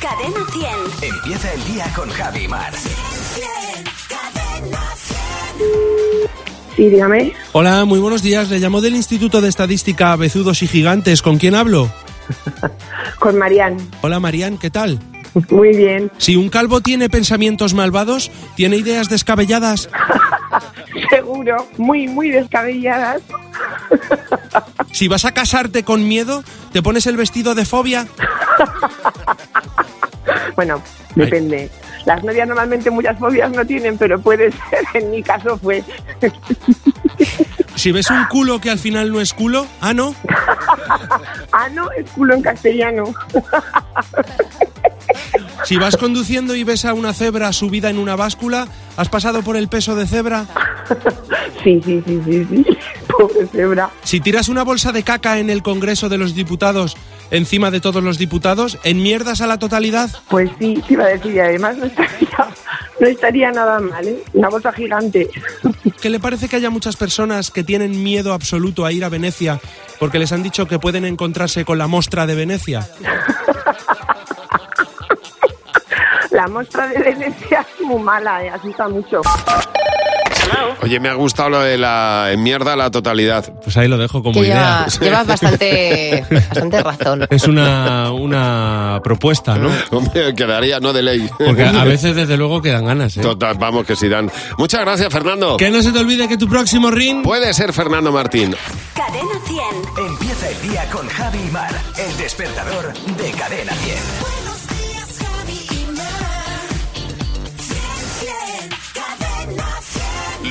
Cadena 100. Empieza el día con Javi Mar. Sí, dígame. Hola, muy buenos días. Le llamo del Instituto de Estadística Bezudos y Gigantes. ¿Con quién hablo? Con Marian. Hola, Marían, ¿qué tal? Muy bien. Si un calvo tiene pensamientos malvados, tiene ideas descabelladas. Seguro. Muy, muy descabelladas. Si vas a casarte con miedo, te pones el vestido de fobia. Bueno, depende. Las novias normalmente muchas fobias no tienen, pero puede ser. En mi caso fue. Si ves un culo que al final no es culo, ah, no. Ah, no, es culo en castellano. Si vas conduciendo y ves a una cebra subida en una báscula, has pasado por el peso de cebra. Sí, sí, sí, sí, sí. Pobre cebra. Si tiras una bolsa de caca en el Congreso de los Diputados, encima de todos los diputados, en mierdas a la totalidad. Pues sí, te iba a decir. Y además no estaría, no estaría nada mal, ¿eh? Una bolsa gigante. ¿Qué le parece que haya muchas personas que tienen miedo absoluto a ir a Venecia porque les han dicho que pueden encontrarse con la mostra de Venecia? La muestra de Venecia es muy mala, ¿eh? Asusta mucho. Oye, me ha gustado lo de la mierda a la totalidad. Pues ahí lo dejo como Que idea. lleva- llevas bastante, bastante razón. Es una, una propuesta, ¿no? Hombre, quedaría, no de ley. Porque a veces, desde luego, quedan ganas. ¿eh? Total, vamos que sí dan. Muchas gracias, Fernando. Que no se te olvide que tu próximo ring... Puede ser Fernando Martín. Cadena 100. Empieza el día con Javi Mar. El despertador de Cadena 10. Buenos días, Javi y Mar. Bien, bien, cadena 100.